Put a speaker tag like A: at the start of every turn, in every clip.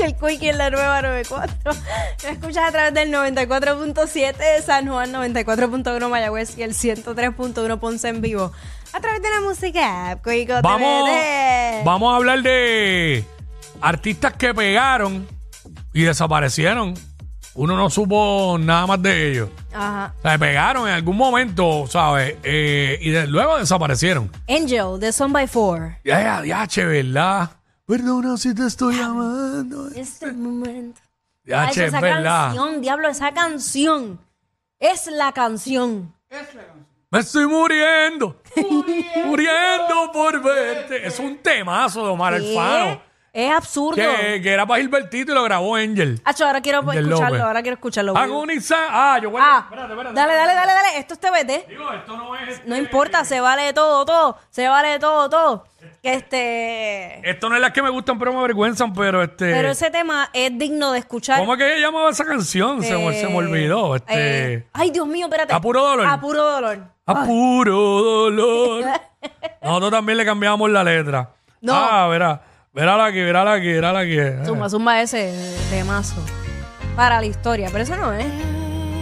A: el Quickie en la nueva 94. Lo escuchas a través del 94.7 de San Juan, 94.1 Mayagüez y el 103.1 Ponce en vivo. A través de la música app, Quico
B: Vamos,
A: TVT.
B: vamos a hablar de artistas que pegaron y desaparecieron. Uno no supo nada más de ellos.
A: Ajá.
B: O sea, pegaron en algún momento, ¿sabes? Eh, y de- luego desaparecieron.
A: Angel, de Son by Four.
B: Ya, ya, ya, che, ¿verdad? Perdona si te
A: Ah.
B: estoy llamando.
A: Este momento.
B: Ya,
A: Ay,
B: Ah, che,
A: esa
B: ¿verdad?
A: canción, diablo, esa canción es la canción.
B: Me estoy muriendo. Muriendo por verte. Es un temazo de Omar
A: ¿Qué?
B: Alfano.
A: Es absurdo.
B: Que, que era para Gilbertito y lo grabó Angel.
A: Acho, ahora quiero
B: Del
A: escucharlo,
B: López.
A: ahora quiero escucharlo.
B: Agoniza. Ah, yo bueno.
A: Ah,
B: espérate, espérate.
A: dale, dale, dale, dale. Esto es TBT.
B: Digo, esto no es. este,
A: No importa, se vale de todo, todo. Se vale de todo, todo. Que este.
B: Esto no es las que me gustan, pero me avergüenzan, pero este.
A: Pero ese tema es digno de escuchar.
B: ¿Cómo es que ella llamaba esa canción? se, me,
A: Eh,
B: se me olvidó. Este.
A: eh, ay, Dios mío, espérate.
B: A puro dolor.
A: A puro dolor.
B: A puro dolor. Nosotros también le cambiamos la letra.
A: No.
B: Ah, verá. Verá aquí, verá aquí, verá aquí. Eh.
A: Zumba, zumba ese temazo. Para la historia, pero eso no es.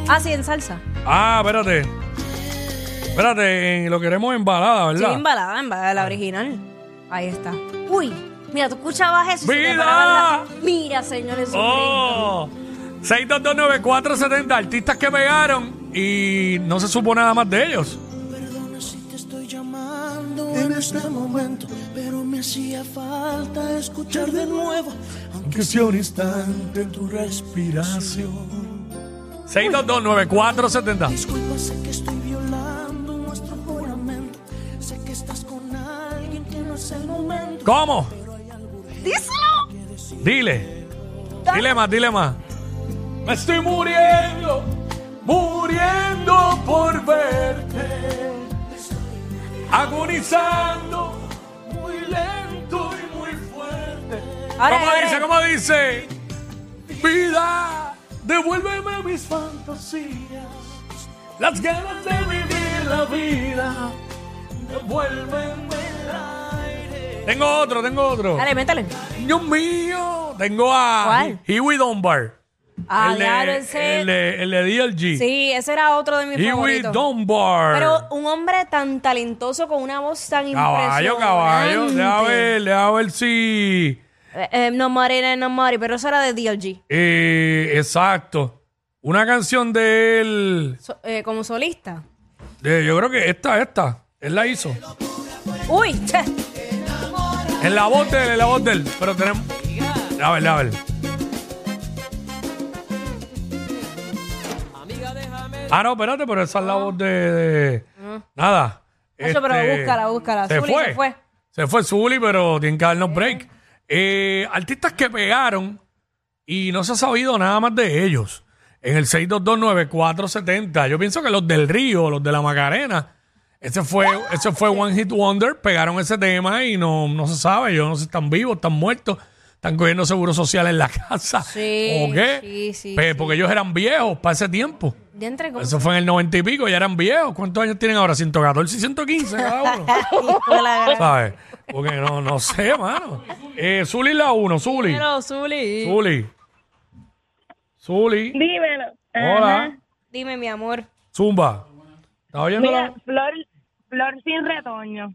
A: Ah, sí, en salsa.
B: Ah, espérate. Espérate, en- lo queremos en balada,
A: Sí,
B: ¿verdad?
A: en balada, en balada,
B: Ah.
A: la original. Ahí está. Uy, mira, tú escuchabas eso. y se te
B: ¡Vida!
A: paraba la- Mira, señores.
B: ¡Oh! 6229470, artistas que pegaron y no se supo nada más de ellos.
C: Perdona si te estoy llamando en este momento, pero me hacía falta escuchar de nuevo, aunque sea un instante tu respiración.
B: 6229470.
C: Disculpa, sé que estoy violando nuestro juramento, sé que estás con alguien que no es el momento.
B: ¿Cómo?
A: ¡Díselo!
B: Dile. Dile más, dile más. Me estoy muriendo, muriendo por verte. Agonizando, muy lento y muy fuerte.
A: Ahora,
B: ¿Cómo
A: ahora.
B: dice? ¿Cómo dice? Vida, devuélveme mis fantasías, las ganas de vivir la vida. Devuélveme el aire. Tengo otro, tengo otro.
A: Dale, métale.
B: Dios mío, tengo a
A: ¿Cuál?
B: Huey Dunbar.
A: Ah,
B: el,
A: claro,
B: de,
A: ese.
B: el, de, el de DLG.
A: Sí, ese era otro de mis
B: Huey
A: favoritos.
B: Dunbar.
A: Pero un hombre tan talentoso con una voz tan
B: caballo, caballo.
A: impresionante.
B: Deja ver, deja ver si.
A: Eh, eh, no Marina, no Mari, pero eso era de DLG.
B: eh, exacto. Una canción de él.
A: So- eh, como solista.
B: de- yo creo que esta, esta. Él la hizo.
A: Uy, che.
B: En la voz de él, en la voz de él. Pero tenemos. A ver, a ver. Ah, no, espérate, pero esa es la voz de. de- Nada.
A: Nacho, Ah, pero
B: Este,
A: búscala, búscala.
B: Se
A: Zuli
B: fue.
A: se fue.
B: Se fue Zuli, pero tienen que darnos break. Eh, artistas que pegaron y no se ha sabido nada más de ellos. En el 6229470. Yo pienso que los del Río, los de la Macarena, ese fue, ese fue One Hit Wonder, pegaron ese tema y no, no se sabe. Yo no sé si están vivos, están muertos, están cogiendo seguro social en la casa.
A: Sí,
B: ¿O qué?
A: sí, sí,
B: Pe-
A: sí.
B: Porque ellos eran viejos para ese tiempo.
A: Ya entré como.
B: Eso fue en el 90 y pico, ya eran viejos. ¿Cuántos años tienen ahora? 114 y 115 cada uno.
A: Hijo de la gran-
B: ¿Sabes? Porque no, no sé, mano. Eh, Zuli la uno, Zuli.
A: Pero, Zuli.
B: Zuli. Zuli.
D: Dímelo. Ah,
B: Hola.
A: Dime, mi amor.
B: Zumba. ¿Estás oyendo?
D: Mira,
B: la-
D: flor, flor sin retoño.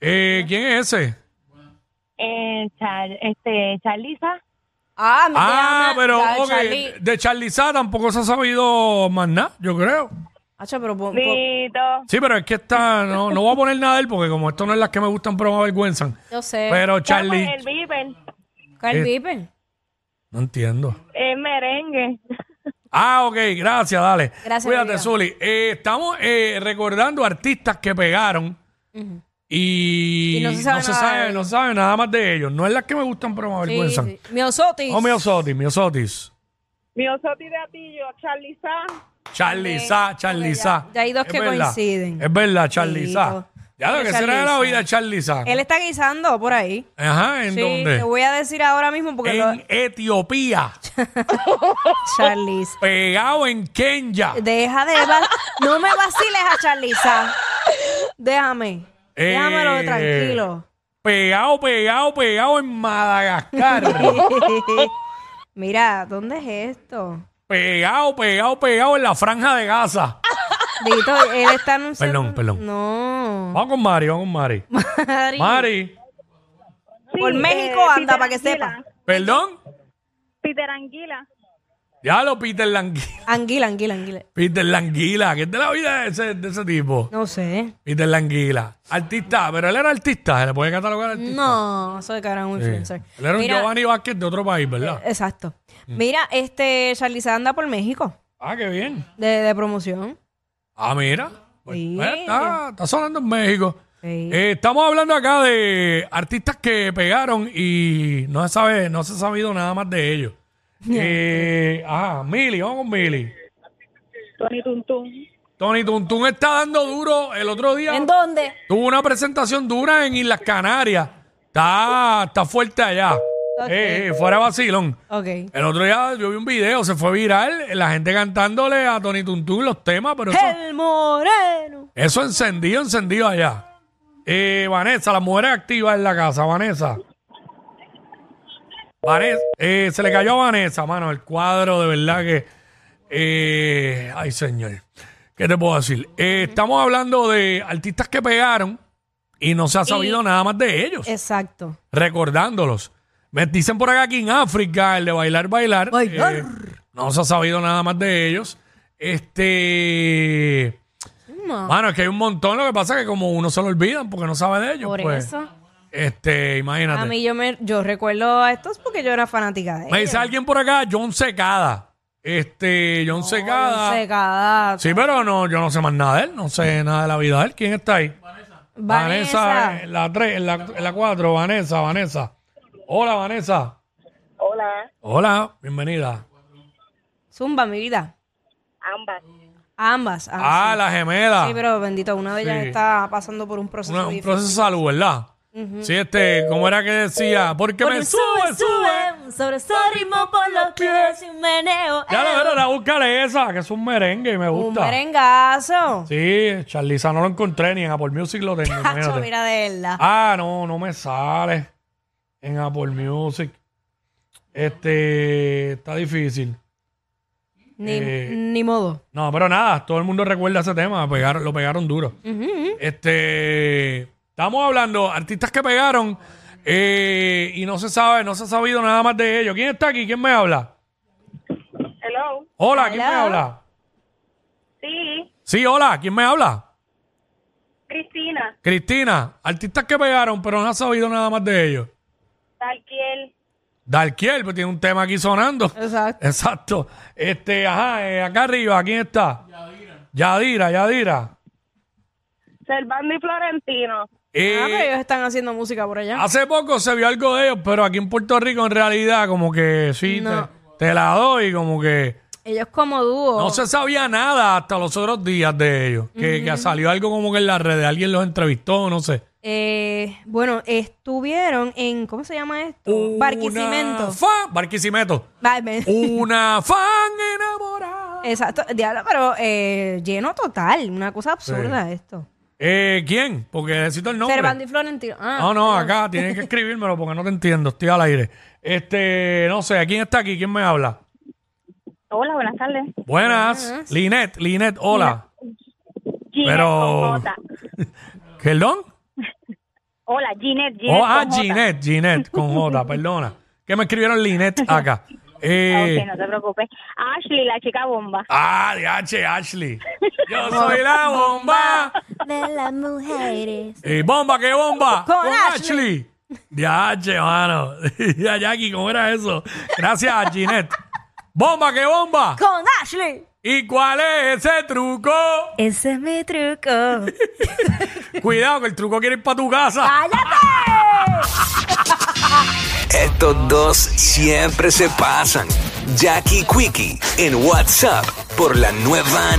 B: Eh, ¿Quién es ese?
D: Eh, Char- este, Charliza.
A: Ah, me
B: Ah,
A: llama-
B: pero
A: Ya,
B: ok,
A: Charlie.
B: de Charliza tampoco se ha sabido más nada, yo creo.
A: Hacho, pero pon- pon-
D: Dito.
B: Sí, pero es que está, no, no voy a poner nada de él porque como esto no es las que me gustan, pero me avergüenzan.
A: yo sé.
B: Pero Charlie,
D: El Viper.
A: Carl
B: eh,
A: Piper.
B: no entiendo.
D: El merengue.
B: Ah, ok, gracias, dale.
A: Gracias,
B: Cuídate,
A: amiga.
B: Zuli. Eh, estamos eh, recordando artistas que pegaron y,
A: Y no se sabe
B: no, se
A: nada de
B: sabe,
A: ellos.
B: no se sabe nada más de ellos. No es las que me gustan, pero me
A: Sí,
B: avergüenzan.
A: sí. Miosotis.
B: Oh, Miosotis, Miosotis.
D: Mi osoti de atillo, Charliza.
B: Charliza, Charliza.
A: ya hay dos
B: Es
A: que coinciden.
B: Es verdad, Charliza.
A: Bendito.
B: Ya lo
A: Pero
B: que será de la
A: Charliza.
B: vida, Charliza.
A: Él está guisando por ahí.
B: Ajá, ¿en
A: sí,
B: dónde?
A: te voy a decir ahora mismo porque
B: En
A: lo...
B: Etiopía.
A: Charlize.
B: pegado en Kenia.
A: Deja de... va- No me vaciles a Charliza. Déjame.
B: Eh,
A: Déjamelo tranquilo.
B: Pegado, pegado, pegado en Madagascar.
A: Mira, ¿dónde es esto?
B: pegado, pegado, pegado en la franja de Gaza.
A: Dito, él está anunciando.
B: Perdón, perdón.
A: No.
B: Vamos con Mari, vamos con Mari.
A: Mari.
B: Mari,
A: Por México anda, para que sepa.
B: perdón.
D: Peter Anguila.
B: Ya lo Peter Languila.
A: Anguila, anguila, anguila.
B: Peter Languila, que es de la vida de ese, de ese tipo.
A: No sé.
B: Peter Languila. Artista, pero él era artista, se le puede catalogar artista.
A: Mm, No, soy cabrón
B: Sí.
A: influencer.
B: Él era un Mm.
A: Mira, Eh.
B: Giovanni Vázquez de otro país, ¿verdad?
A: Exacto. Mira, este, Charlize anda por México
B: Ah, qué bien.
A: de, de promoción.
B: Ah, mira. Pues,
A: Sí.
B: mira, está, está sonando en México.
A: Sí.
B: Eh, estamos hablando acá de artistas que pegaron y no se sabe, no se ha sabido nada más de ellos. Eh, ah, Mili, vamos con Mili.
D: Tony Tuntún.
B: Tony Tuntún está dando duro el otro día.
A: ¿En dónde?
B: Tuvo una presentación dura en Islas Canarias. Está, está fuerte allá.
A: Ok.
B: Eh, eh, fuera vacilón.
A: Ok.
B: El otro día yo vi un video, se fue viral, la gente cantándole a Tony Tuntún los temas, pero eso,
A: El Moreno.
B: eso encendido, encendido allá. Eh, Vanessa, la mujer activa en la casa, Vanessa. Vanessa eh, se le cayó a Vanessa, mano, el cuadro, de verdad que... eh, ay, señor, ¿qué te puedo decir? Eh, Estamos hablando de artistas que pegaron y no se ha sabido nada más de ellos,
A: Eh. Exacto.
B: recordándolos. Me dicen por acá que en África, el de bailar, bailar,
A: Bailar.
B: eh, no se ha sabido nada más de ellos. Este...
A: No,
B: Mano, es que hay un montón, lo que pasa es que como uno se lo olvidan porque no sabe de ellos.
A: por
B: pues,
A: eso.
B: Este, imagínate.
A: A mí yo me yo recuerdo a estos porque yo era fanática de
B: Me
A: ellos.
B: dice alguien por acá, John Secada. Este, John Secada.
A: Secada.
B: Sí, pero no, yo no sé más nada de él, no sé nada de la vida de él. ¿Quién está ahí?
A: Vanessa.
B: Vanessa, eh. en la 3, en la, en la 4, Vanessa, Vanessa. Hola, Vanessa.
D: Hola,
B: Hola, bienvenida.
A: Zumba, mi vida.
D: ambas.
A: Ambas. ambas.
B: Ah, la gemela.
A: Sí, pero bendito, una de ellas
B: Sí.
A: está pasando por un proceso
B: Una- un
A: difícil.
B: proceso de salud, ¿verdad? Sí, este, ¿cómo era que decía? Porque me sube, sube.
A: sobre ese ritmo por los pies y un meneo. Eh.
B: Ya lo era, la buscaré esa, que es un merengue y me
A: Un
B: gusta.
A: merengazo.
B: Sí, Charliza no lo encontré ni en Apple Music lo tengo.
A: Cacho,
B: imagínate.
A: mira de verdad.
B: Ah, no, no me sale en Apple Music. Este, está difícil.
A: ni,
B: eh.
A: ni modo.
B: No, pero nada, todo el mundo recuerda ese tema, pegaron, lo pegaron duro. Este, estamos hablando, artistas que pegaron eh, y no se sabe, no se ha sabido nada más de ellos. ¿Quién está aquí? ¿Quién me habla?
D: Hello.
B: Hola, ¿quién me
A: Hola.
B: habla?
D: Sí,
B: Sí, hola, ¿quién me habla?
D: Cristina.
B: Cristina, artistas que pegaron, pero no ha sabido nada más de ellos.
D: Talquiel.
B: Darkiel, pues tiene un tema aquí sonando.
A: Exacto.
B: Exacto. Este, ajá, eh, acá arriba, ¿quién está? Yadira. Yadira, Yadira.
D: Servando y Florentino.
B: Eh, Ah.
A: Ah, pero ellos están haciendo música por allá.
B: hace poco se vio algo de ellos, pero aquí en Puerto Rico en realidad como que sí,
A: No.
B: te, te la doy, como que
A: Ellos como dúo.
B: no se sabía nada hasta los otros días de ellos. Que, que salió algo como que en las redes, alguien los entrevistó, no sé.
A: Eh, bueno, estuvieron en, ¿cómo se llama esto?
B: Una
A: Oh, Barquisimeto.
B: Fan, Barquisimeto.
A: Ay, me-
B: Una fan enamorada.
A: Exacto, diablo, pero eh, lleno total, una cosa absurda esto.
B: Eh, ¿Quién? Porque necesito el nombre.
A: Servando y Florentino. Ah,
B: No, no, acá tienes que escribírmelo porque no te entiendo, estoy al aire. Este, no sé, ¿quién está aquí? ¿Quién me habla?
D: Hola, buenas tardes.
B: Buenas, Linet, Linet, hola.
D: Ginette
B: Pero-
D: con J.
B: ¿Perdón?
D: Hola, Ginette. Ginette
B: Oh, ah,
D: con J.
B: Ginette, Ginette, con J, perdona. Que me escribieron Linet acá. Eh,
D: Ok, no te preocupes. Ashley, la chica bomba.
B: Ah, de H, Ashley. Yo soy la bomba.
E: de las mujeres.
B: Eh, bomba, qué bomba.
A: Con Ashley.
B: De H, mano. Ya, Jackie, ¿cómo era eso? Gracias, Ginette. Bomba, qué bomba.
A: Con Ashley.
B: ¿Y cuál es ese truco?
E: Ese es mi truco.
B: Cuidado, que el truco quiere ir para tu casa.
A: pues!
F: Estos dos siempre se pasan. Jackie Quickie en WhatsApp por la nueva